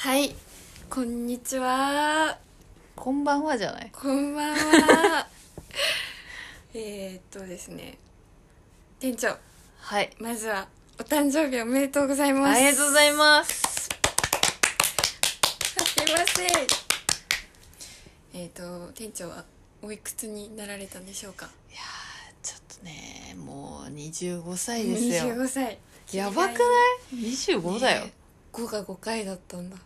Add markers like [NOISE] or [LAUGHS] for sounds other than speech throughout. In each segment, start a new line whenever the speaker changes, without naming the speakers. はい、こんにちは。
こんばんはじゃない
こんばん
[LAUGHS]
は。えーっとですね。店長、
はい
まずはお誕生日おめでとうございます。
ありがとうございます
す。ません。えーっと、店長はおいくつになられたんでしょうか。
いやーちょっとねもう25歳ですよ
25歳。
やばくない25だよ、
ね5が5回だったんだ。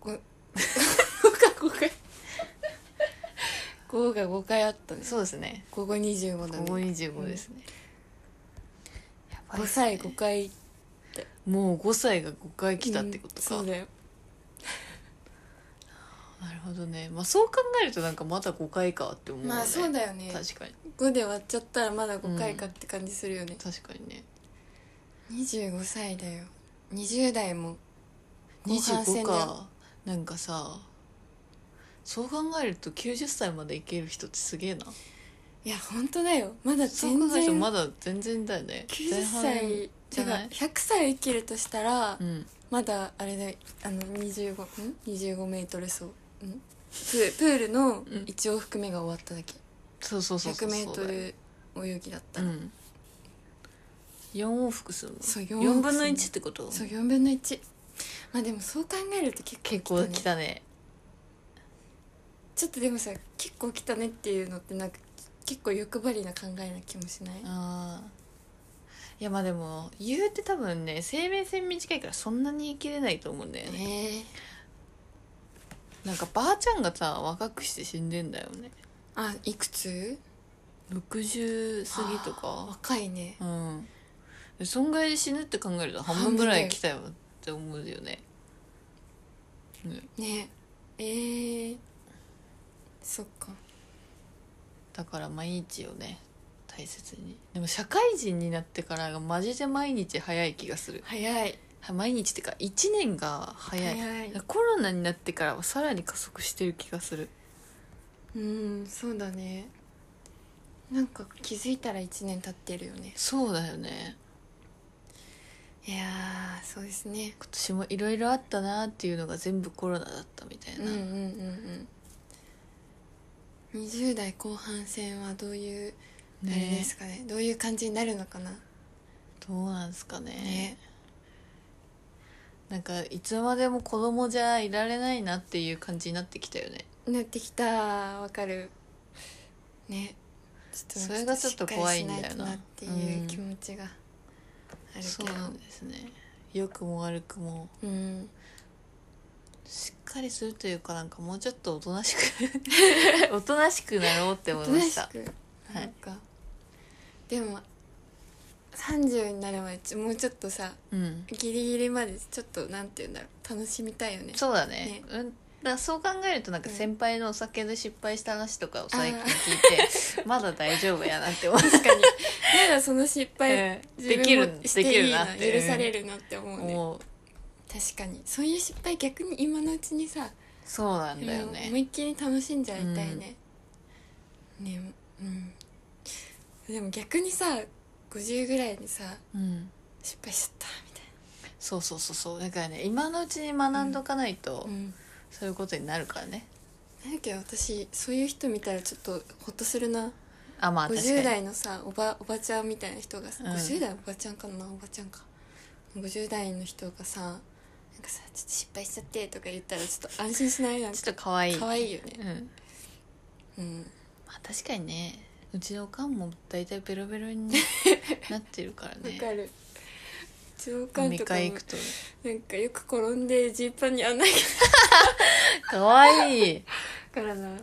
5が5回。5が5回あったね。
そうですね
午後25だ
こ
ね。
こ25ですね、やばい
5
っす
歳
ね
5回
もう5歳が5回来たってことか、
うんそうだよ
なるほどねまあそう考えるとなんかまだ5回かって思うよね
まあそうだよね
確かに
5で割っちゃったらまだ5回かって感じするよね、
確かにね
25歳だよ20代も後半
25
戦だよ
かなんかさそう考えると90歳までいける人ってすげえない
や本当だよまだ
そう考
全
えると
然
まだ全然だよね
90歳
じゃ
てか
ない
100歳生きるとしたら、
うん
まだあれだよあの25ん25メートル走んプープールの1往復目が終わっただけ
そうそうそうそう
100メート
そうだよ
ル泳ぎだった
う
ら、
ん4往復するの
そう4
4分の1ってこと
そう4分の1まあでもそう考えると結構
結構
ね
来たね
ちょっとでもさ結構来たねっていうのってなんか結構欲張りな考えな気もしない
ああいやまあでも言うて多分ね生命線短いからそんなに生きれないと思うんだよね
ええ
なんかばあちゃんがさ若くして死んでんだよね
あいくつ
60過ぎと
あ
か
若いね
うんでそんぐらいで死ぬって考えると半分ぐらい来たよって思うよね
ねええそっか
だから毎日をね大切にでも社会人になってからがマジで毎日早い気がする
早い
は毎日ってか1年が早い
早い
コロナになってからはさらに加速してる気がする
うんそうだねなんか気づいたら1年経ってるよね
そうだよね
いやーそうですね
今年もいろいろあったなっていうのが全部コロナだったみたい
うん
な、
うんうんうん20代後半戦はどういう、あれで
ね
すかねどういう感じになるのかな
どうなんですかね
ね
なんかいつまでも子供じゃいられないなっていう感じになってきたよね
なってきたわかるねち
それがちょっと怖いんだよな
しっかりしいとっていう気持ちがあるけ
そう
ど
なんですね良くも悪くも
うん
しっかりするというかなんかもうちょっとおと
[LAUGHS]
なしくおとなしくなろうって思
お
い
と
ま
な
し
したく
はい
なんか、でも30になるまでちょもうちょっとさ
うん
ギリギリまでちょっとなんて言うんだろう楽しみたいよね
そうだ
ね
ねうんだからそう考えるとなんか
うん
先輩のお酒で失敗した話とかを最近
あー
聞いてまだ大丈夫や
[LAUGHS]
なって思って
確かにまだその失敗
で
自分も
きる
し
で
て
き
い
る
い
な
な
って
許され
る
るなって思うね
もう
確かにそういう失敗逆に今のうちにさ
そうなんだよ
うん思い
ね
っきり楽しんじゃいたいね、ねうんでも逆にさ50ぐらいにさ
うん
失敗しちゃったみたい
そうそうそうそうだからね今のうちに学んどかない
な
と
うん
そういうことになるからね
だけど私そういう人見たらちょっとホッとするな
あまあ確
50
かに
代のさおばおばちゃんみたいな人がさ、
うん
50代おばちゃんかなおばちゃんか50代の人がさなんかさちょっと失敗しちゃってとか言ったらちょっと安心しないなんか
ちょっと可愛い
可愛いよね
うん
うん
まあ確かにねうちのおかんも大体ベロベロ [LAUGHS] にねなってるから
わ、
ね
かる上
飲
官
み
とかも
会行くと
なんかよく転んでジーパンに穴が
可愛い
からな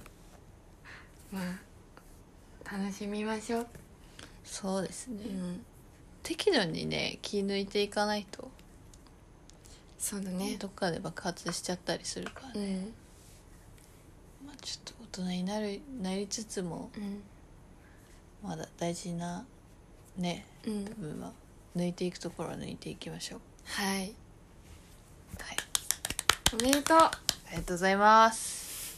まあ楽しみましょう、
[LAUGHS] そうですね、
ん、
適度にね気抜いていかないと、
そうだね
どっかで爆発しちゃったりするから
う
ね、
ん
まあ、ちょっと大人になるなりつつも
うん
まだ大事なね
うん
部分は抜いていくところは抜いていきましょう
はい
はい
おめでとう
ありがとうございます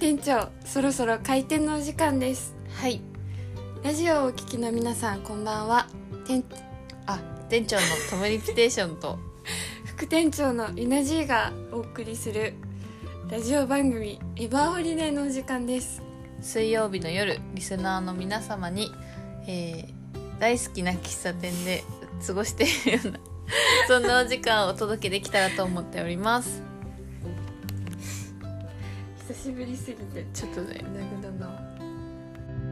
店長そろそろ開店のお時間です
はい
ラジオをお聞きの皆さんこんばんは店
あ店長のトムリピテーションと
副店長のゆなじーがお送りするラジオ番組「エヴァーホリデー」のお時間です
水曜日の夜リスナーの皆様に、えー大好きな喫茶店で [LAUGHS] 過ごしているような [LAUGHS] そんなお時間をお届けできたらと思っております
久しぶりすぎて
ちょっとね
なぐだ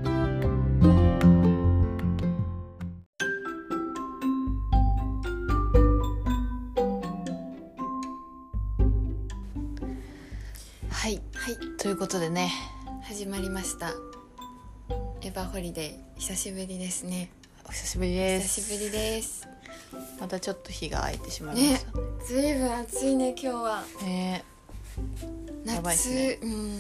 な
はい
はい
ということでね
始まりましたエヴァホリデー久しぶりですね
お久しぶりで
久
す
しぶりです
またちょっと日が空いてしまいましたね
ずいぶん暑いね今日は
ね
夏
やばいっすね
うん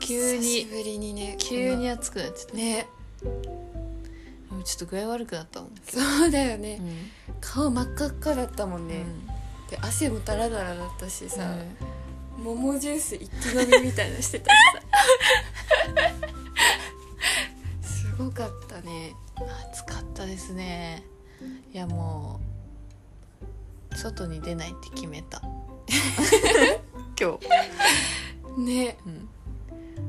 急
久し
に
ぶりにね
急に暑くなっちゃっ
このね
たうんちょっと具合悪くなったもん、
そうだよね、
うん
顔真っ赤っかだったもんね、
うん
で汗もダラダラだったしさ、
うん
桃ジュース一気飲みみたいなしてたし
[LAUGHS]
さすごかったね
暑かったですねいやもう外に出ないって決めた [LAUGHS] 今日、
ね
うん、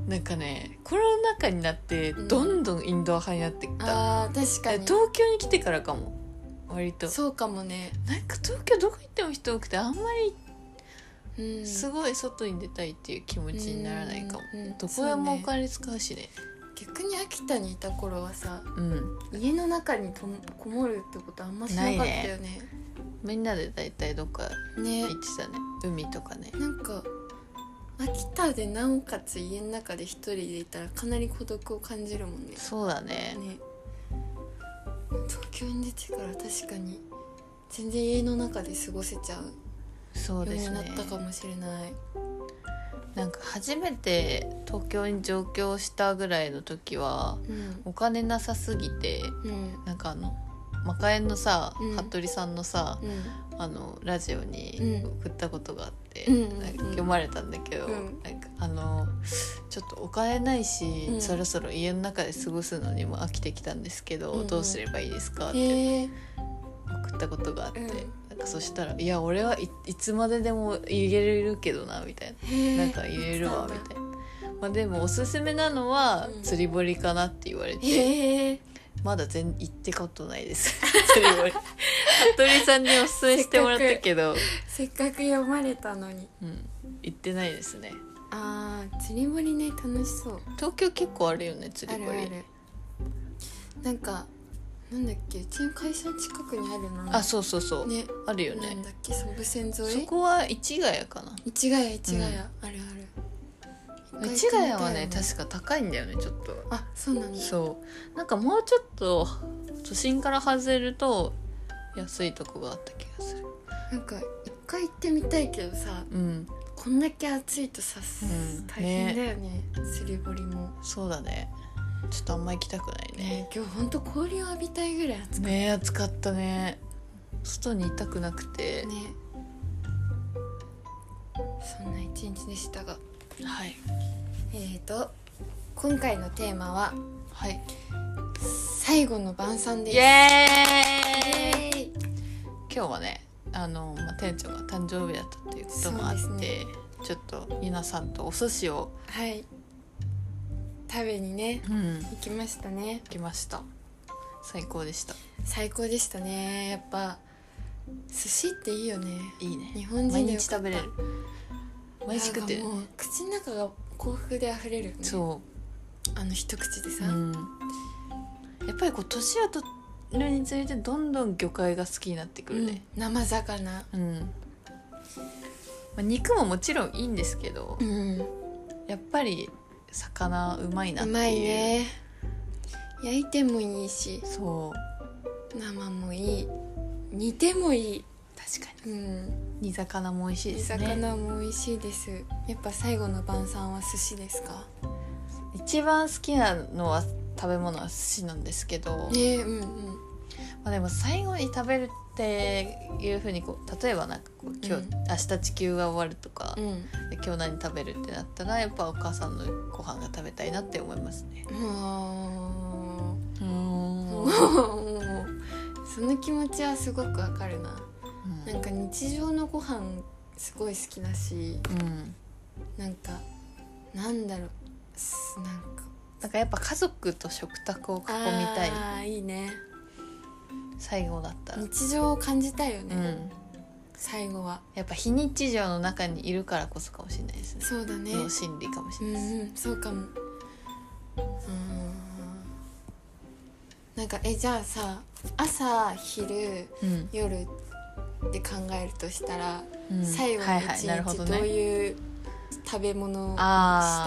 なんかねコロナ禍になって
うん
どんどんインドア派になってきた、
あー確か
え
に
東京に来てからかも割と
そうかもね
なんか東京どこ行っても人多くてあんま
うん
りすごい外に出たいっていう気持ちにならないかも、
うんうん
どこでもお
そうね
金使うしね
逆に秋田にいた頃はさ
うん
家の中にともこもるってことあんましなかったよね
みんなで大体どっか
ね
行ってたね海とかね
なんか秋田でなおかつ家の中で一人でいたらかなり孤独を感じるもんね
そうだね
ね東京に出てから確かに全然家の中で過ごせちゃう
そう
よう
で
に
す
なっ
ね
たかもしれない、
なんか初めて東京に上京したぐらいの時は
うん
お金なさすぎて
うん
なんかあの魔界のさ、
うん
服部さんのさ
うん
あのラジオに
うん
送ったことがあって、
うん
なんか読まれたんだけど、
うん
なんかあのちょっとお金ないし、
うん
そろそろ家の中で過ごすのにも飽きてきたんですけど、
うんうん
どうすればいいですかって
へえ
送ったことがあって、
うん
なんかそしたら「いや俺はいいつまででも入れるけどな」みたいな。
へえ
なんか入れるわみたいな。まあ、でもおすすめなのは
うん
釣り堀かなって言われて、
へえ
まだ全行ってことない [LAUGHS] です釣り堀服部さんにおすすめしてもらったけど、
せっかく読まれたのに
うん、行ってないですね
あー釣り堀ね楽しそう
東京結構あるよね釣
あ
り
る
堀
あるなんかなんだっけうちの会社の近くにあるの
あそうそうそう、
ね
あるよ
な
ね
んだっけ総武線沿
そ
い
こは市ヶ谷かな
市ヶ谷市ヶ谷、あるある
市ヶ谷
一回
はね
行ってみたいよ
確か高いんだよねちょっと
あそうなんだ
そうなんかもうちょっと都心から外れると安いとこがあった気がする
なんか一回行ってみたいけどさ
うん
こんだけ暑いとさ、
うん
大変だよね釣り堀も
そうだねちょっとあんま行きたくないね
ね今日ほんと氷を浴びたいぐらい暑くて
ねえ暑かったね外にいたくなくて、
ねそんな一日でしたが
はい
えーと今回のテーマは
はい
最後の晩餐です
イエーイ
イエーイ
今日はねあの、まあ、店長が誕生日だったっていうこともあって、
そうです
ちょっとゆなさんとお寿司を、
はい食べにね
うん、
行きましたね
来ました最高でした
最高でしたねやっぱ寿司っていいよね
いいね
日本人で
毎
よかった
日食べれる毎日食ってる
なんかもう口の中が幸福で溢れるよね
そ
あの一口で
う、
さ、
うん、やっぱりこう年を取るにつれてどんどん魚介が好きになってくるね、
生魚
うんまあ、肉ももちろんいいんですけど、
うん
やっぱり魚うまいな
う
っていう
まいね焼いてもいいし
そう
生もいい煮てもいい
確か
うん
に煮魚も美味しい
煮
ですね
魚も美味しいですやっぱ最後の晩餐は寿司ですか
一番好きなのは食べ物は寿司なんですけど、
ねえうんうん
まあ、でも最後に食べるっていうふうにこう例えばなんかこう今日、
うん
明日地球が終わるとか、
うん
で今日何食べるってなったらやっぱお母さんのご飯が食べたいなって思いますね。
もう
うん
もうもうその気持ちはすごくわかるななんか日常のご飯すごい好きだし
うん
なんかなんだろうすなんか
なんかやっぱ家族と食卓を囲みたい
あーいいね
最後だったら、
日常を感じたいよね、
うん、
最後は
やっぱ非日常の中にいるからこそかもしれないですね
そうだね
の心理かもし
う
れ
ん
ないです、
うんそうかもうーんなんかえじゃあさ朝昼
うん
夜って考えるとしたら、
うん
最後の
はい
一
はいなるほ
日
ど
どう
ね
いう食べ物をした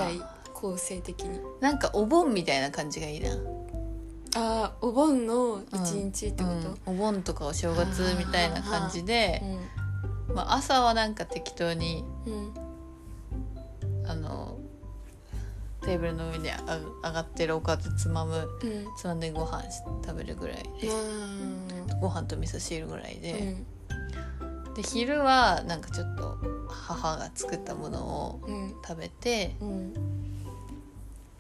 あ
い
あ
構成的に
なんかお盆みたいな感じがいいな、
ああお盆の一日ってこ
うんお盆とかお正月みたいな感じで
と、
まあ、朝はなんか適当に
うんうん
あのテーブルの上にあ上がってるおかずつまむ
うん
つまんでご飯し食べるぐらいで、ご飯と味噌汁ぐらいで、で昼はなんかちょっと母が作ったものを
うんうん
食べて
うん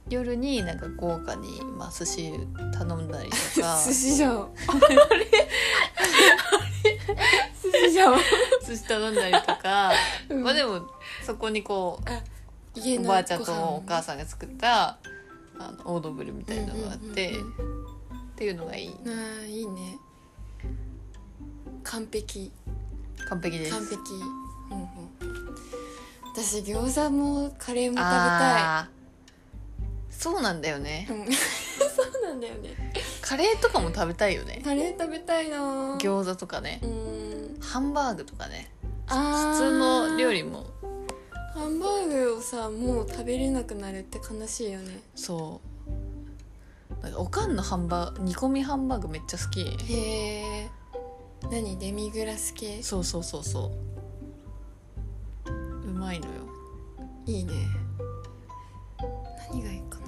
夜になんか豪華に、まあ、寿司頼んだりと [LAUGHS] か
寿司じゃん [LAUGHS] 寿司じゃん
寿司頼んだりとか、
[LAUGHS] うん
まあでもそこにこう
家
お
の
ばあちゃん
ご
と
飯
お母さんが作ったあのオードブルみたいなのがあって、
うんうん
っていうのがいい
うんうんあーいいね完璧
完璧です
完璧うんうん私餃子もカレーも食べた
あーそうなんだよね
い、うん、そうなんだよね
カレーとかも食べたいよね
カレー食べたいな
餃子とかね
うん
ハンバーグとかね
あー
普通の料理も
ハンバーグをさもう食べれなくなるって悲しいよね
そうなんかおかんのハンバー煮込みハンバーグめっちゃ好き
へえ何デミグラス系
そうそうそうそううまいのよ
いいね何がいいか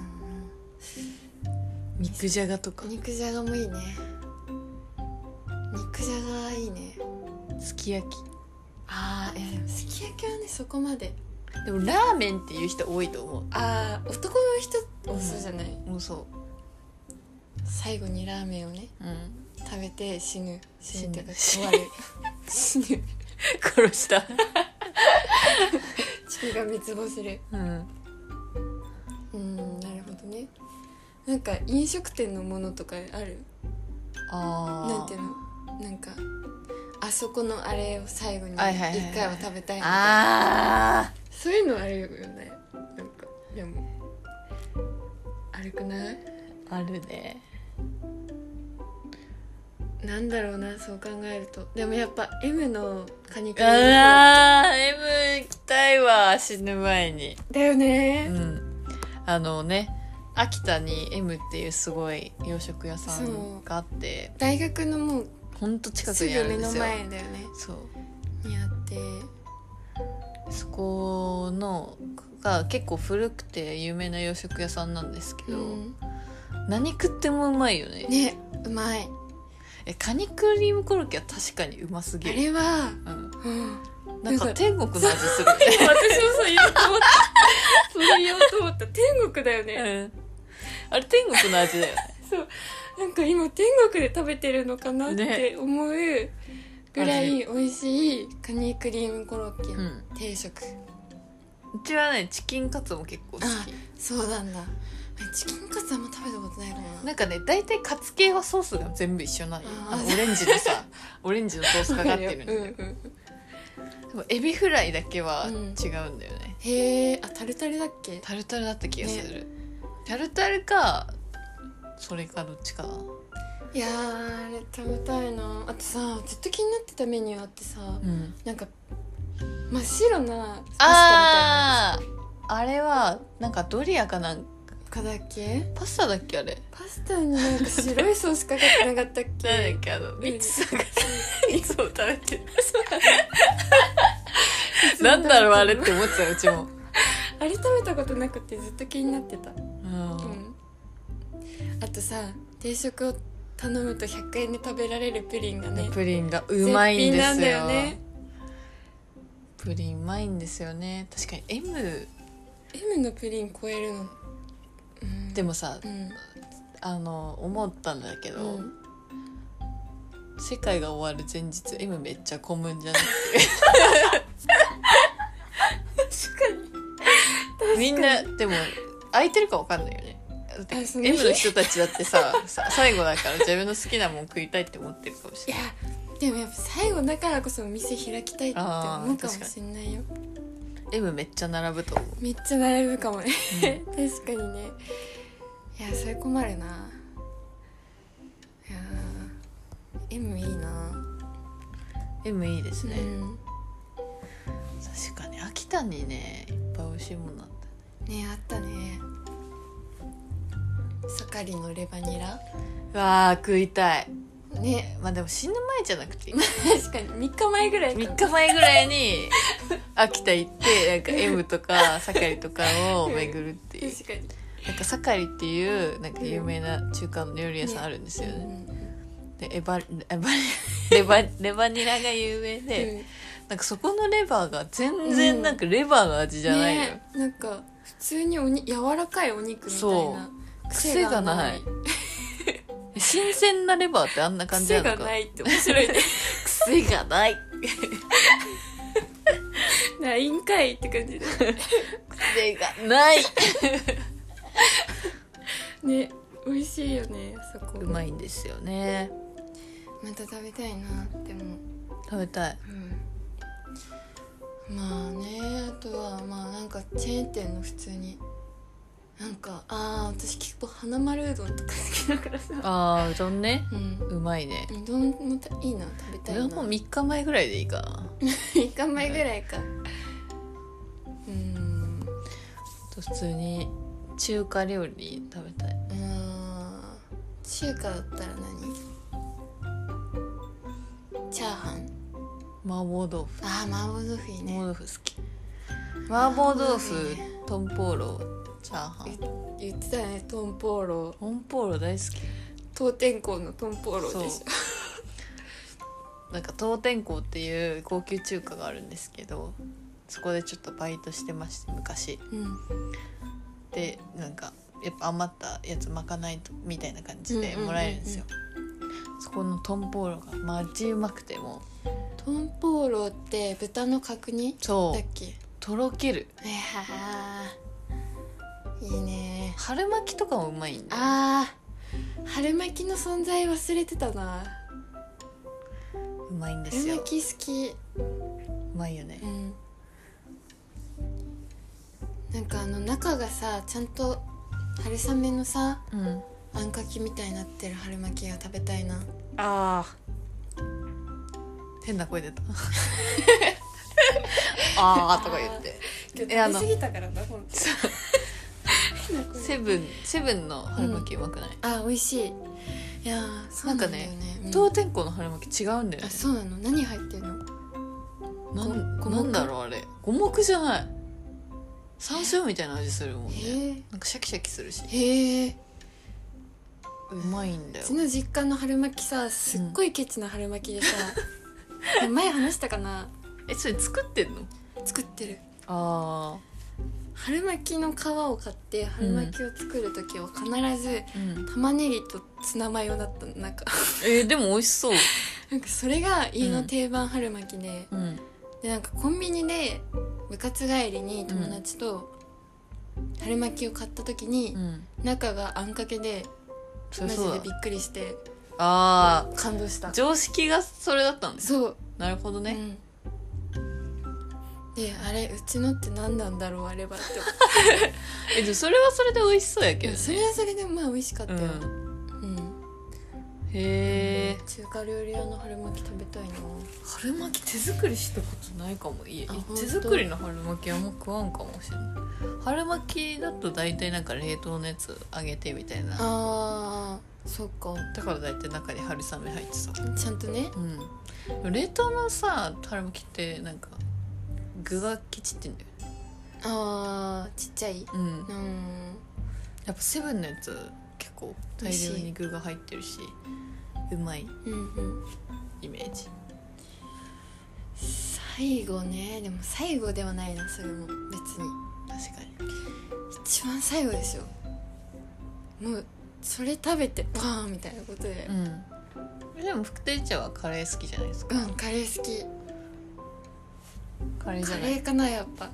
肉じゃがとか
な肉じゃがもいいね肉じゃがいいね
すき焼き
あーいやでもすき焼きはねそこまで
でもラーメンっていう人多いと思う
ああ男の人多そうじゃない、
もうそ
最後にラーメンをね
う、うん、
食べて死ぬ死ぬっていうか
死
終
ぬ
わる
[LAUGHS]
死ぬ
殺した、
地球が滅亡する
うん、
うんなるほどねなんか飲食店のものとかある
あー
なんていうのなんかあそこのあれを最後に一
はいはいはいはい
回は食べたいみたいな
あ
そういうのあるよねなんかでもあるくない
ーあるね
なんだろうなそう考えるとでもやっぱ M のカニ
う
カニ
わー M 行きたいわ死ぬ前に
だよね、
うんあのね秋田に M っていうすごい洋食屋さんがあって
大学のもう
ほんと近く
すぐ
にある
目
んで
の
すよ
前だよね
そう
にあって
そこのが結構古くて有名な洋食屋さんなんですけ
う
ど、
ん
何食ってもうまいよね
ねうまい
えカニクリームコロッケは確かにうます
あ
ぎる、
れは、
うん、
うん
なんか天国の味す
私 [LAUGHS] もそう言おうと思った。 [LAUGHS] そう言おうと思った。天国だよ
る、
ね。
うんあれ天国の
[LAUGHS]
味だよね
そう。なんか今天国で食べてるのかなって
ね
思うぐら
味
い美味しいカニクリームコロッケ
う
の
ん
定食。
うちはねチキンカツも結構好
あ
き
そうなんだ。チキンカツあんま食べたことないかな。
なんかね大体カツ系はソースが全部一緒なんよ
あー
あのオレンジの
[LAUGHS]
さオレンジのソースかかってるんだよ、
うんうん
でもエビフライだけは
う
違
ん
うんだよね、
へえ、あ、タルタルだっけ
タルタルだった気がする、タルタルかそれかどっちかない
やー、あれ食べたいな。あとさ、ずっと気になってたメニューあってさ、
うん
なんか真っ白なパスタみたいな
あああれはなんかドリアかなんか
かだっけ
パスタだっけあれ
パスタになんか白いソースかかってなかったっ
誰
[LAUGHS]
だっ
け
けあのミツさんがいつも食べてる
つも食べてる
なんだろうあれって思ってたうちも、
あれ食べたことなくてずっと気になってた、
うん
うん、あとさ定食を頼むと100円で食べられるプリンがね
プリンがうまいんですよ
絶品なんだよね
プリンうまいんですよね確かに M
M のプリン超えるの、うん、
で
も
もさ
うん、
あの思ったんだけど、
うん
世界が終わる前日 M めっちゃ混むんじゃ [LAUGHS] ない確かにみんなでも空いてるかわかんないよねだって
あその日
M の人たちだってささ最後だから自分の好きなもん食いたいって思ってるかもし
い
れ
や
ない
でもやっぱ最後だからこそお店開きたいって
あー
思うかもしんないよ
M めっちゃ並ぶと思う
めっちゃ並ぶかもね [LAUGHS] 確かにねいやそれ困るないやー M いいな
M いいですね、
うん
確かに秋田にねいっぱい美味しいもんなんだ
ねあったねサカリのレバニラ
うわあ食いたい
ね
まあでも死ぬ前じゃなく [LAUGHS] ていい
確かに3日前ぐらい
3日前ぐらいに [LAUGHS] 秋田行ってなんか M とか盛りとかを巡るっていう
確かに
[LAUGHS] なんか盛りっていうなんか有名な中華の料理屋さんあるんですよねでエバエバ [LAUGHS] レバレバニラが有名
うん
で
うん
なんかそこのレバーが全然なんかレバーの味じゃないのよ
ねなんか普通におに柔らかいお肉みたいな
癖がない新鮮なレバーってあんな感じ
癖
なの
が
か
ないって面白い
[LAUGHS]
ね
癖がない
ないんかいって感じで
癖がない
ね美味しいよねあそこ
うまいんですよね
また食べたいなでも
食べたい
うんまあねあとはまあなんかチェーン店の普通になんかああ私結構花丸うどんとか好きだからさ
あーうどんね
うん
うまいね
うどんもたいいな食べた
う
いなん
ども3日前ぐらいでいいかな
3日前ぐらいかうん
と普通に中華料理食べたいう
ーん中華だったら何チャーハン
麻婆豆腐
ああ麻婆豆腐いい
麻婆
ね
豆腐好き麻
麻婆
婆豆
豆
腐
腐
トンポーロチャーハン
言ってたねトンポーロ
トンポーロ大好き
当店校のトンポーロ
そう
でしょ
なんか東天港っていう高級中華があるんですけどそこでちょっとバイトしてまして昔
うん
でなんかやっぱ余ったやつまかないとみたいな感じ
うんうん
で
うんうん
もらえるんですよ、そこのトンポーロがマジうまくても
トンポーロって豚の角煮
うそ
だっ
う
けい
とろける
やーいいね
春巻きとかもうまいんだよ
あー春巻きの存在忘れてたな
うまいんです
春
よ
巻き好き
うまいよね
うんなんかあの中がさちゃんと春雨のさ
うん
あんかけみたいになってる春巻きが食べたいな
あ変な声出た [LAUGHS] あーとか言って [LAUGHS] えあの
ぎたからな本当 [LAUGHS]
セブンセブンの春巻きうまくない、
あ美味しいいやーそうなんだよねうん
東天港の春巻き違うんだよ
あ
ね
そうなの何入ってるの
なん
ご
なんだろうあれ五目じゃない山椒みたいな味するもんね
へ
なんかシャキシャキするし
えへえ
うまいんだ
う
よ
ちの実家の春巻きさすっごいケチな春巻き [LAUGHS] でさ、前話したかな
えそれ作ってんの
作ってる
あ
春巻きの皮を買って春巻きを作る時は必ず
あ、うん、
玉ねぎとツナマヨだったのなんか [LAUGHS]
えーでも美味しそう、
なんかそれが家の定番春巻きで,、
うん、
でなんかコンビニで部活帰りに友達と春巻きを買った時に
うん
中があんかけで
そ
マ
り
ジ
そ
で
う
び
だ
っくりして
あ
感動した
あ常識がそれだったんです
そう
なるほどね、
うん、であれうちのって何なんだろうあればって思っ
[LAUGHS] えでもそれはそれで美味しそうや
て
けどね
それはそれでまあ美味しかったよ、
うん
うん
へえ
中華料理屋の春巻き食べたいな
春巻き手作りしたことないかもいえ
あ本当
手作りの春巻きはもう食わんかもしれない春巻きだと大体なんか冷凍のやつ揚げてみたいな
あーそっか
だから大体中に春雨入ってさ
ちゃんとね
うん冷凍のさ春巻きってなんか具がきちってんだよね
あーちっちゃい
うん
うん
やっぱセブンのやつ結構
美
大
味しい
量に具が入ってるしうまい
うんうん
イメージ
最後ねでも最後ではないなそれも別に
確かに
一番最後でしょもうそれ食べてバーンみたいなことで
うんでも福テリちゃんはカレー好きじゃないですか
うん、カレー好き
カレーじ
カ
ゃな
レ
い
ーかなやっぱあ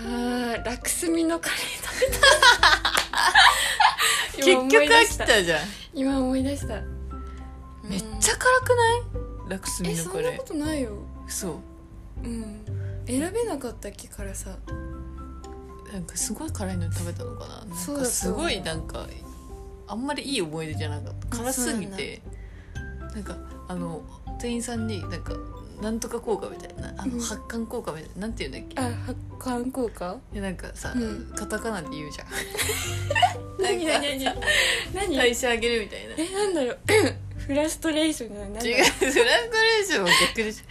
ーラクスミのカレー [LAUGHS] 食べた
結
今
局
思い出
飽
し
きたじゃん
今思い出した
めっ
うん
ちゃ辛くないラクスミ
え
の
そ
カ
んな
レ
ことないよ
ーそう
うん選べなかったっけからさ
なんかすごい辛いのに食べたのかななん
そうだと思う
かすごいなんかあんまりいい思い出じゃなかった辛すぎ
あ
てなんかあの店員さんになんかなんとか効果みたいなあ
うん
の発汗効果みたいななんて言うんだっ
あ発汗効果
けでなんかさ、
うん
カタカナで言うじゃん
何
なんか
何何何
代謝上げるみたいな
えなんだろう [COUGHS] フラストレーションじゃないなんだ
違
ろ
うフラストレーションは逆でし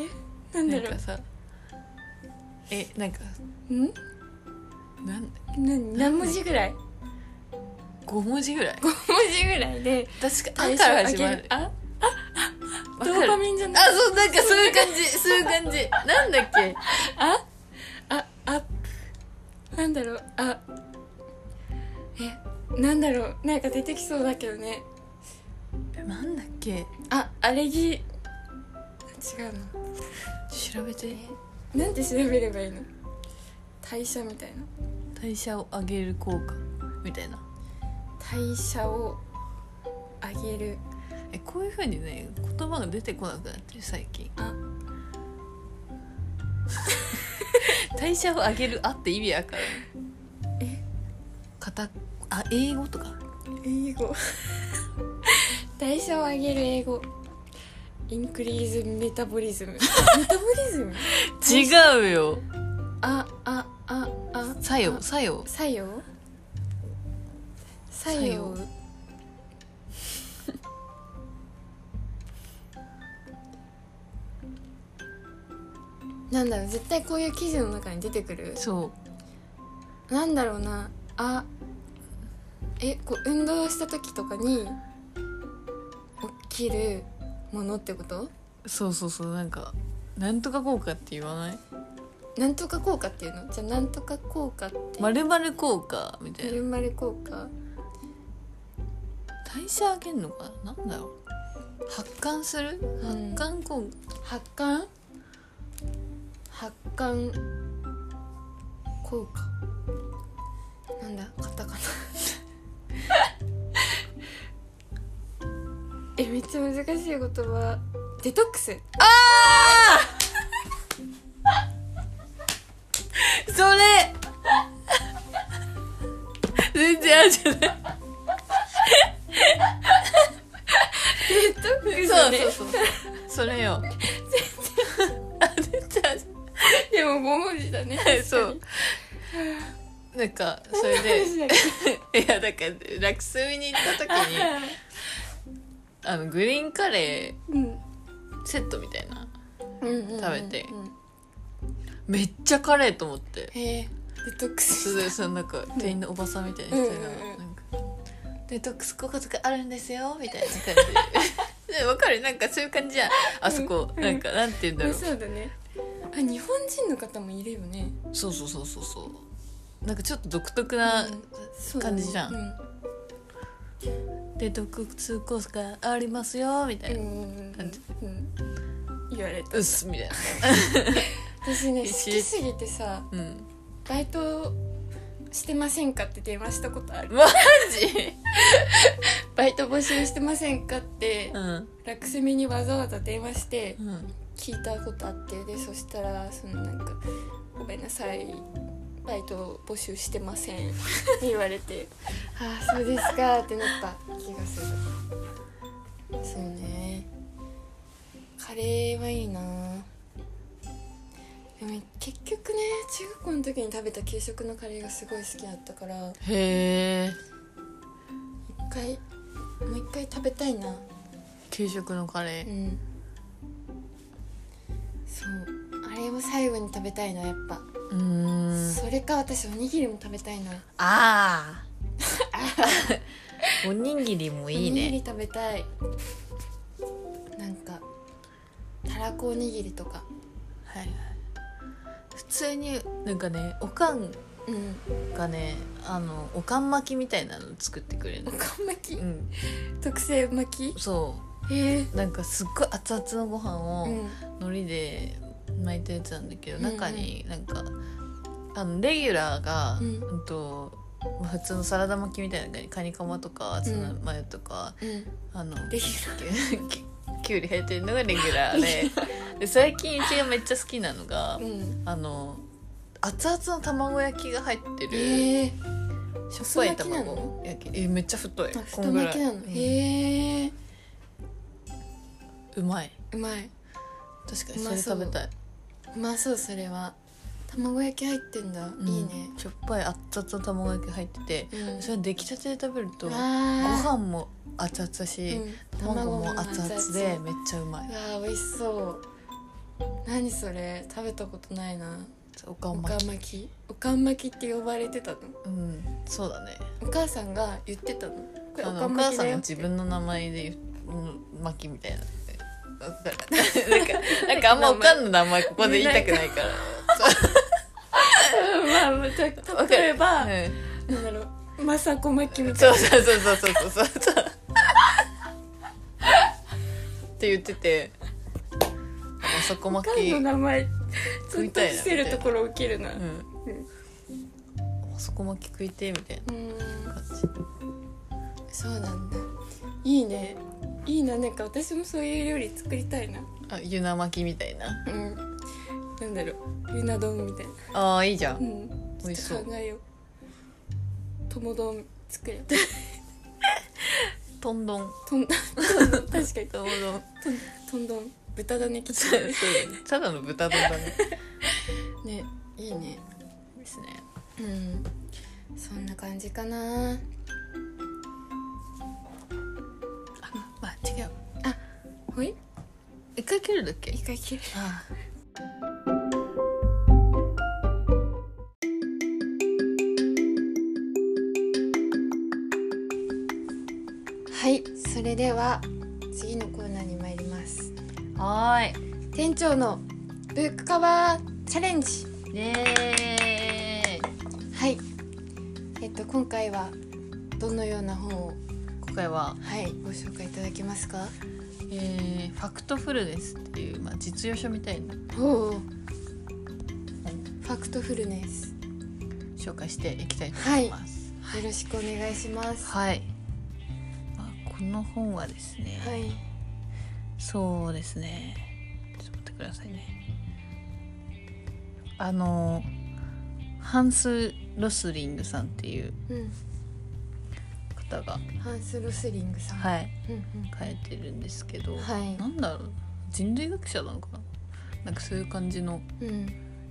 うな
ょ
ん
な
だ
ん
ろ
かさえなんか
うん
なん
何何文字ぐらい
5文字ぐらい
5文字ぐらいで
確か「あ」から始まる
あ
わ
ド
か
ー
る
パミンじゃ
あ
ない
そうなんかそういう感じそういう感じなんだっけ
あああなんだろうあえなんだろうなんか出てきそうだけどね
なんだっけ
あアレギ違う
調べて
のなんて調べればいいの代謝みたいな
代謝を上げる効果みたいな
代謝を上げる
えこういうふうにね言葉が出てこなくなってる最近
あ
代謝を上げる「あ」って意味やから
え
かたあ英語とか
英語 [LAUGHS] 代謝を上げる英語インクリーズメタボリズムメタボリズム
違うよ
ああああ
作用作用
作用作
作
用
用
[LAUGHS] なんだろう絶対こういう記事の中に出てくる
そう
なんだろうなあえこう運動した時とかに起きるものってこと
そうそうそうなんかなんとか効果って言わない
なんとか効果っていうのじゃあなんとか効果って
まるまる効果みたいな
丸丸効果
代謝上げんのかななんだろう発汗する
ん
発汗効果
発汗発汗効果なんだカタカ
[LAUGHS]
ナえめっちゃ難しい言葉デトックス
ああそれ [LAUGHS] 全然あるじゃない
デトック
そう
ね
そうそうそれよ全然あ全然
でも5文字だね
ある [LAUGHS] そうなんかそれ
確
で
かに
[LAUGHS] いやだからラクスミに行った時にあのグリーンカレ
うん
ーセットみたいな
うんうん
食べて
うん
めっちゃカレーと思って
へえデトック
そ
ス
れでそのなんか店員のおばさんみたいな人
う
が
んうんうん
なんか「デトックス効果とかあるんですよ」みたいな感じ [LAUGHS] でわかるなんかそういう感じじゃんあそこ
うん
なんかなんて言うんだろう
そうだねあ日本人の方もいるよね
そうそうそうそうそうなんかちょっと独特な
うんそうだね
感じじゃん
うん
「デトックス効果がありますよ」みたいな
うん
感じ
うん言われ
「
た
うっす」みたいな
私ね好
必死
きすぎてさ
うん
バイトしてませんかって電話したことある
マジ
バイト募集してませんかって
うん
ラクスミにわざわざ電話して
うん
聞いたことあってでそしたらそのなんか「ごめんなさいバイト募集してません」って言われて「ああそうですか」ってなった気がするそうねカレーはいいなでも結局ね中学校の時に食べた給食のカレーがすごい好きだったから
へえ
一回もう一回食べたいな
給食のカレ
う
ー
んそうあれを最後に食べたいなやっぱ
うーん
それか私おにぎりも食べたいな
ああおにぎりもいい
おにぎ
ね
り食べたいなんかたらこおにぎりとか
はいはい普通になんかねおかん
うん
がねあのおかん巻きみたいなの作ってくれる
お
の
かん巻き
うん
特製巻き
そ
へえ
うなんかすっごい熱々のご飯
う
を
ん
海苔で巻いたやつなんだけど、
うんうん
中になんかあのレギュラーが、
う
うんんとまあ普通のサラダ巻きみたいなのにカニカマとかツナ
うん
マヨとか、
うん
あの
レギュラー
き [LAUGHS] きゅうり入ってるのがレギュラ
[LAUGHS]
ーでで最近うちがめっちゃ好きなのが、
うん
あの熱々の卵焼きが入ってる、
へえ
しょっぱい
太巻きなの
卵焼きえめっちゃ太い
あ
こ
太
んぐらい
巻きなの
うん
へえ
うまいう
まい
確か
う
にそ
ま
れ
そう
食べたい、
うまそうそれは卵焼き入ってんだ
うん
いいね
しょっぱい熱々の卵焼き入ってて
うん
それ出来たてで食べるとご
あ
飯も熱々だ
ー
し、
うん
卵も
卵も
熱
熱々
々でめっちゃうまいう
わー美味しそう何それ食べたことないな
おか
お
ん
か
巻
ん巻きおかん巻きって呼ばれてたの
きうんそうだね
お母さんが言ってたのこれ
あ
お
の
か
お
ん
母
巻き
さ
だ
んが
よっ
自
て
分の名前で言ううん巻きみたいなわかるなんかなんかあんまおかんの名前ここで言いたくないから
[LAUGHS] [LAUGHS] まあま
[LAUGHS]
た例えば、
うん
なんだろう政子巻きみたい
そうそうそうそうそうそうそうって言っててあそこ
なお
巻
か
き、
んの
うん、
名前ず
食
っ
い
と
たいな
してるところ受けるなうん
あそこ巻き食いてみたいな感じ
そうなんだいいねいいななんか私もそういう料理作りたいな
あゆな巻きみたいな
うんなんだろうゆな丼みたいな
あーいいじゃ
うんん
美味し
ち
そ
ょっ
う
と考えよう友丼作
[LAUGHS]
れ
とんどん
とん確かに
とんどん
とんどん豚だねきっ
そうそうただの豚丼だね
と [LAUGHS] ねいいね
ですね
うんそんな感じかな
まあ違う
ほい
一回切るだっけ
一回切る
ああ
はいそれでは次のコーナーに参ります
はーい
店長のブックカバーチャレンジ
イエーイ
はいえっと今回はどのような本を
今回は
はいご紹介いただけますか
えーファクトフルネスっていう、まあ、実用書みたいな
おおファクトフルネス
紹介していきたいと
は
思
い
い
よ
ます。
ろしくお願いします
はい、まあ、この本はですね、
はい
そうですねちょっと待ってくださいねあのハンス・ロスリングさんっていう
うん
方が、
ハンス・ロスリングさん
はい、
い、うん
書いてるんですけど、
うん、はい
なんだろう人類学者なのかななんかそういう感じの
うん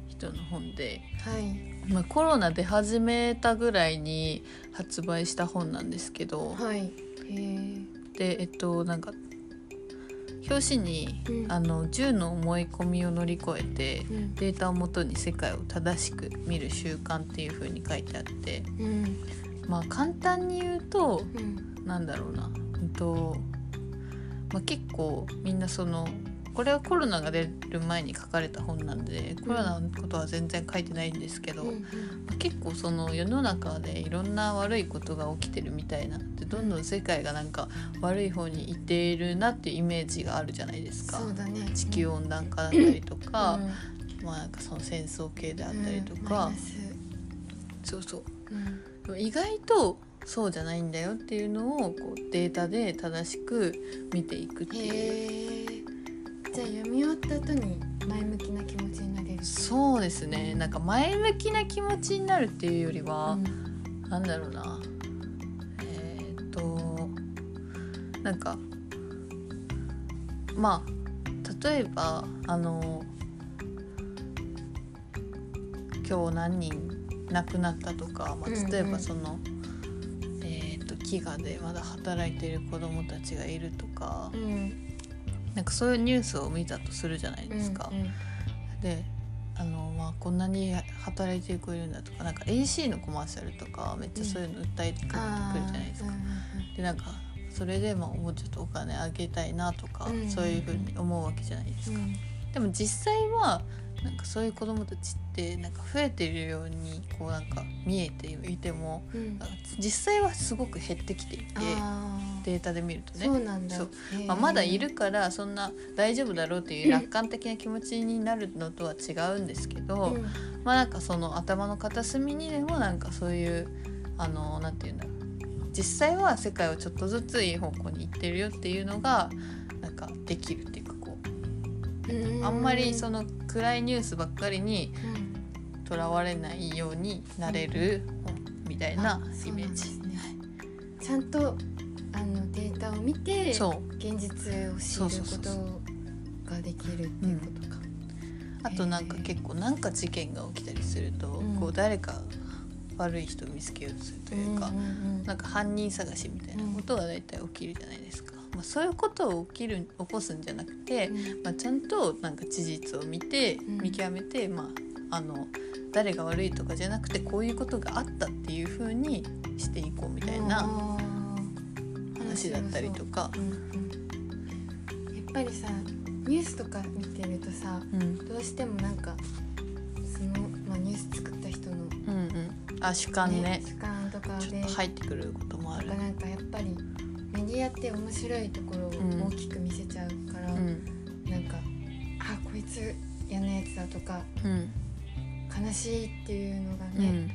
人の本で、
はい
まあ、コロナ出始めたぐらいに発売した本なんですけど、
はいへえ
でえっとなんか表紙に、
うん
あの銃の思い込みを乗り越えて
うん
データをもとに世界を正しく見る習慣っていう風に書いてあって
うん
まあ簡単に言うと
うん
なんだろうな、うんとまあ、結構みんなそのこれはコロナが出る前に書かれた本なんでコロナのことは全然書いてないんですけど、
うん
結構その世の中でいろんな悪いことが起きてるみたいなでどんどん世界がなんか悪い方にいっているなっていうイメージがあるじゃないですか
そうだね
地球温暖化だったりとか、
うん
まあなんかその戦争系であったりとか、
うんマイナス
そうそう
うん
でも意外とそうじゃないんだよっていうのをこうデータで正しく見ていくってい
へ
う
えじゃあ読み終わった後に前向きな気持ちになれる
そうですねなんか前向きな気持ちになるっていうよりは、
うん
なんだろうなえーっとなんかまあ例えばあの今日何人亡くなったとか、ま
うんうん
あ、例えばその、えーっと飢餓でまだ働いてる子どもたちがいるとか
うん
なんかそういうニュースを見たとするじゃないですか。
うん
であの、まあ、こんなに働いてる子いるんだとかなんか AC のコマーシャルとかめっちゃそういうの訴えてくる,、じゃないですか。でなんかそれでまあもうちょっとお金あげたいなとか、
うん
そういうふうに思うわけじゃないですか。でも実際はなんかそういう子どもたちってなんか増えてるようにこうなんか見えていてもなんか実際はすごく減ってきていてデータで見るとね
そ。うなんだ
そうまあ、まだいるからそんな大丈夫だろうっていう楽観的な気持ちになるのとは違うんですけど、まあなんかその頭の片隅にでもなんかそういうあのなんて言うんだろう実際は世界をちょっとずついい方向に行ってるよっていうのがなんかできるっていうかこうあんまりそ
の
の暗いニュースばっかりにとらわれないようになれる本みたいなイメージ。
ちゃんとあのデータを見て現
そう
実
そ
を知
うそ
る
う
こ
そう
とができるっていうことか。
あとなんか
へえ
結構なんか事件が起きたりすると、
うん
こう誰か悪い人を見つけようとするというか、
んんうん
なんか犯人探しみたいなことが大体起きるじゃないですか、まあ、そういうことを起きる起こすんじゃなくて、まあ、ちゃんとなんか事実を見て
ん
見極めて、まあ、あの誰が悪いとかじゃなくてこういうことがあったっていうふうにしていこうみたいな話だったりとか。
うんうんやっぱりさニュースとか見てるとさ
うん
どうしてもなんかその、まあ、ニュース作った人の、ね
うんうん、あ主観ね
主観とか
ちょ
で
っと入ってくることもある
やっぱ。なんかやっぱりメディアって面白いところを
ん
大きく見せちゃうから、
うん
なんかあこいつ嫌なやつだとか
うん
悲しいっていうのが
う
ね、
ん、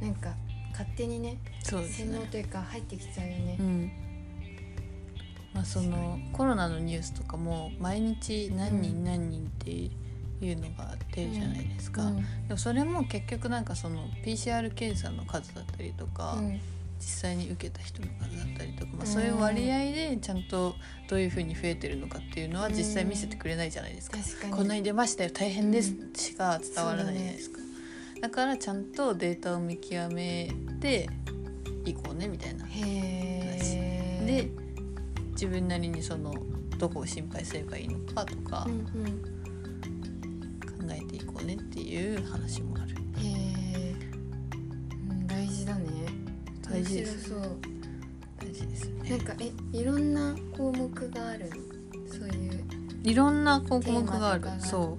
なんか勝手にね
そうです
洗脳
ね
というか入ってきちゃうよね
う。んまあ、そのコロナのニュースとかも毎日何人何人っていうのが出るじゃないですか、
うん
でもそれも結局なんかその PCR 検査の数だったりとか、
うん
実際に受けた人の数だったりとか、ま
う
あ、
ん
そういう割合でちゃんとどういうふうに増えてるのかっていうのは
うん
実際見せてくれないじゃないですか、
確かに
こんなに出ましたよ大変です
う
しか伝わらないじゃないですか、だからちゃんとデータを見極めていこうねみたいな
へー
で自分なりにそのどこを心配すればいいのかとか
うんうん
考えていこうねっていう話もある
へーうん大事だね
大事です
面白そう
大事です
な
ね
んかえいろんな項目があるそういう
いろんな項
テー
目
マとか
が
があ
あ
っ
る
て
そ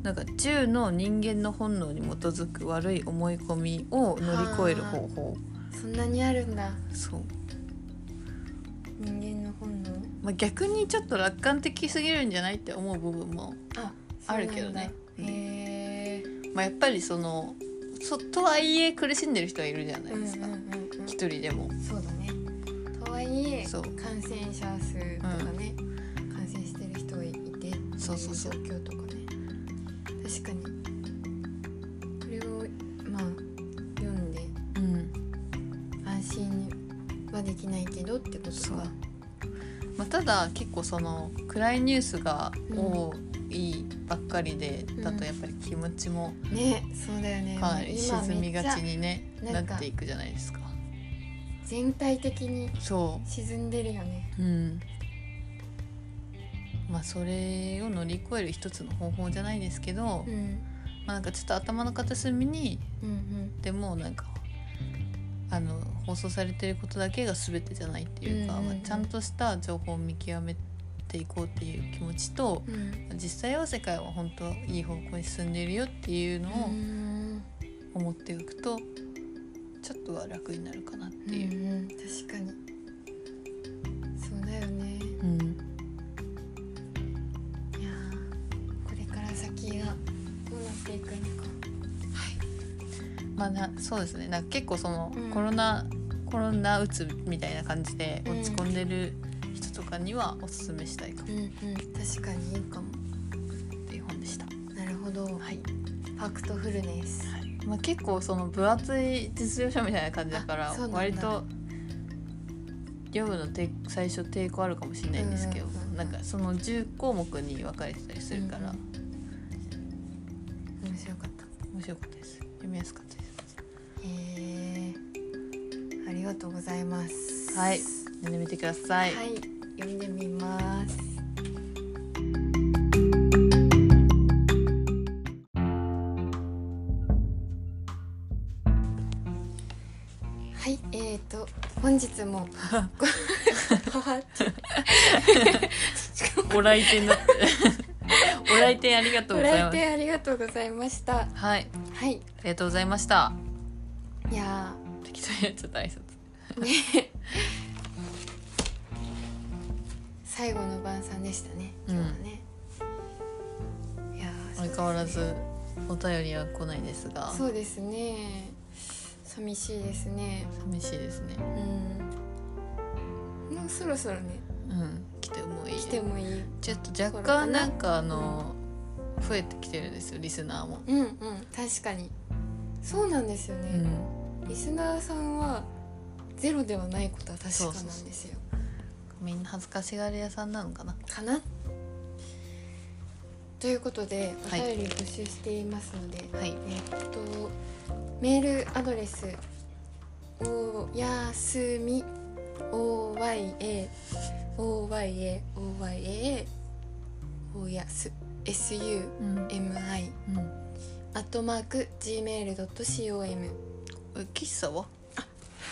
うなんか10の人間の本能に基づく悪い思い込みを乗り越える方法
そんなにあるんだ
そう、
人間の本能
まあ、逆にちょっと楽観的すぎるんじゃないって思う部分も、
あ
あるけ
そ
どね
うなんだへえ
まあ、やっぱりそのそとはいえ苦しんでる人はいるじゃないですか一人でも
そうだねとはいえ
そう
感染者数とかね、感染してる人いてっていう状
そうそうそう
況とかね確かにこれをまあ読んで
うん
安心はできないけどってこと
そう
か
まあ、ただ結構その暗いニュースが多いばっかりで、
ん
だとやっぱり気持ちも
ねそうだよね
かなり
今
沈みがち
めっ
にね
今めっちゃな
な
んか
っていくじゃないですか。
ゃ全体的に
そ
沈んでるよね
う、うんまあ、それを乗り越える一つの方法じゃないですけど、
うん
まあ、なんかちょっと頭の片隅に
うんうん
でもなんかあの放送されてることだけが全てじゃないっていうか、
うんうんう
ま
ん
あちゃんとした情報を見極めていこうっていう気持ちと、
うん
実際は世界は本当いい方向に進んでるよっていうのを
うん
思っておくとちょっとは楽になるかなっていう、
うんうん、確かにそうだよね
うん
いやーこれから先がどうなっていくのか
まあなそうですねなんか結構その、
うん
コロナコロナうつみたいな感じで落ち込んでる人とかにはおすすめしたいかも
うんうん確かにいいかも
っていう本でした、
なるほどフ
はい
ァクトフルネス
まあ、結構その分厚い実用書みたいな感じだから
あそうなんだ
割と読むのて最初抵抗あるかもしれないんですけど、
うんうんうん
なんかその10項目に分かれてたりするから。
うん面白かった
面白かったです読みやすかったです
へーありがとうございます
はい読んでみてください、 [LAUGHS]
はい、読んでみますはいえー、と本日 [LAUGHS] もごは
ご来店だってご来店ありがとう
ご
ござい
来
ます
店ありがとうございました
はい
はい
ありがとうございました
いや
適当にやっちゃった挨拶
ーね最後の晩餐でしたね今日はね、いやー
相変わらずお便りは来ないですが
そうですね寂しいですね
寂しいですね
うんもうそろそろね
うん来てもいい
来てもいい
ちょっと若干なんかあの増えてきてるんですよリスナーも、
うんうん確かにそうなんですよ
う
ね、
ん、
リスナーさんはゼロではないことは確
そう
か
そう
なん
そう
ですよ
みんな恥ずかしがり屋さんなのかな
かなということでお
はい
便り募集していますので、
はい
えっとメールアドレスおやすみ oyaoyaoya おやす su
うん、
mi
うん、
アットマーク gmail.com
え喫茶は [LAUGHS]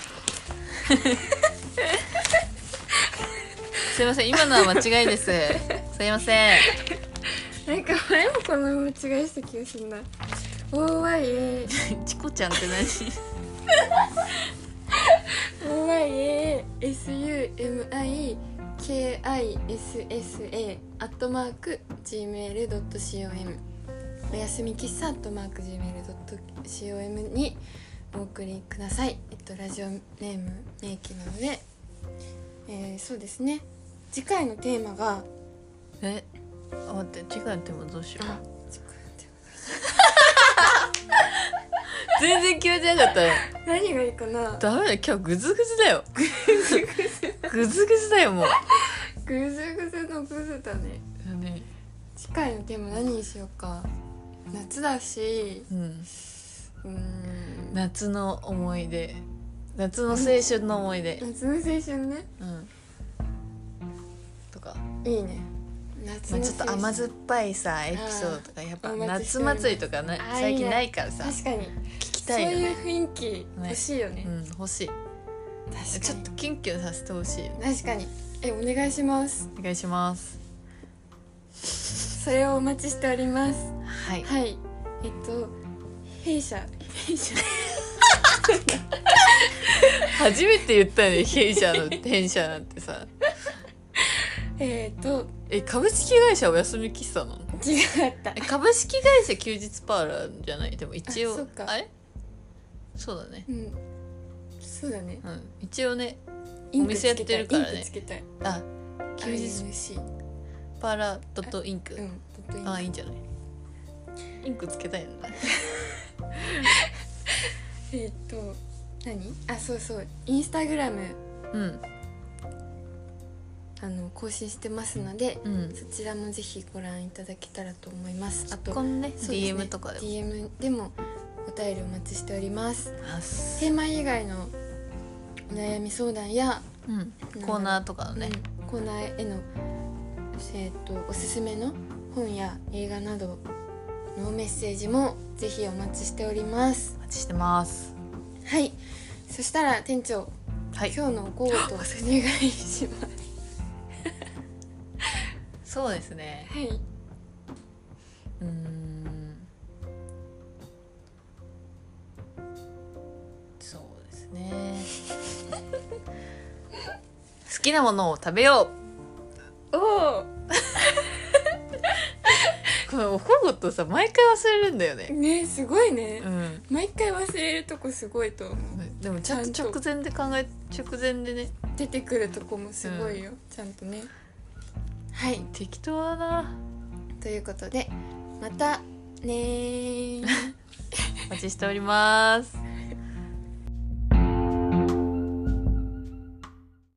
すいません今のは間違いですすいません
なんか前もこの間違いした気がするな OYA
チコちゃんって何
OYA SUMI KISSA アットマーク Gmail.com おやすみ喫茶アットマーク Gmail.com にお送りくださいえっとラジオネーム名義なので、えー、そうですね次回のテーマが
[LAUGHS] えあ待ってチコやってもどうしよ
あ
う全然決めてなかったよ
何がいいかな
ダメだ今日グズグズだよグズグズだよもう
グズグズのグズだね
ね
次回のテーマ何にしようか夏だし
うん
うーん
夏の思い出夏の青春の思い出、
夏の青春ね
うん、とか、
いいね夏
ま
の青春
あ、ちょっと甘酸っぱいさエピソードとかやっぱ
お待ちして
夏
おります
祭りとかな
あー
最
いい
近
ね
ないからさ
確かに
聞き
そう
たいよ
い
ね
う雰囲気欲しいよね
うん欲しい
確かに
ちょっとキュンキュンさせてほしい
確かにえお願いします
お願いします
それをお待ちしております
はい
はいえっと弊社弊
[LAUGHS]
社
初めて言ったよね弊社の弊社なんてさ
えっと
え株式会社お休み喫茶なの
違った
え株式会社休日パーラーじゃないでも一
あ
応
そっか
あれそうだね
うんそうだね
うん一応ね
インクつ
お店や
け
った
い
てるからね
インクつけたい
あ休日
INC
パーラードットイン
う
ク
んドットインク
あいいんじゃないインクつけたいんだ
えーっと何あそうそうインスタグラム
うん
あの更新してますので、
うん
そちらもぜひご覧いただけたらと思いますあと
こんね
そうですね
DM とかでも
DM でもお便りお待ちしております
ます
テーマ以外のお悩み相談や、
うんコーナーとかのね
うんコーナーへのえーっとおすすめの本や映画などのメッセージもぜひお待ちしております
お待ちしてます
はいそしたら店長
はい
今日のごーとお願いします
[LAUGHS] そうですね
はいう
ーんそうです
[LAUGHS]
ね好きなものを食べよ
おお
うこのおこごとさ毎回忘れるんだよね
ねすごいね
う、ん
毎回忘れるとこすごいと思う
でもちゃん
ちゃん
と
と
直前で考え直前でね
出てくるとこもすごいよ、ちゃんとねはい
適当だな
ということでまたねー
[LAUGHS] お待ちしております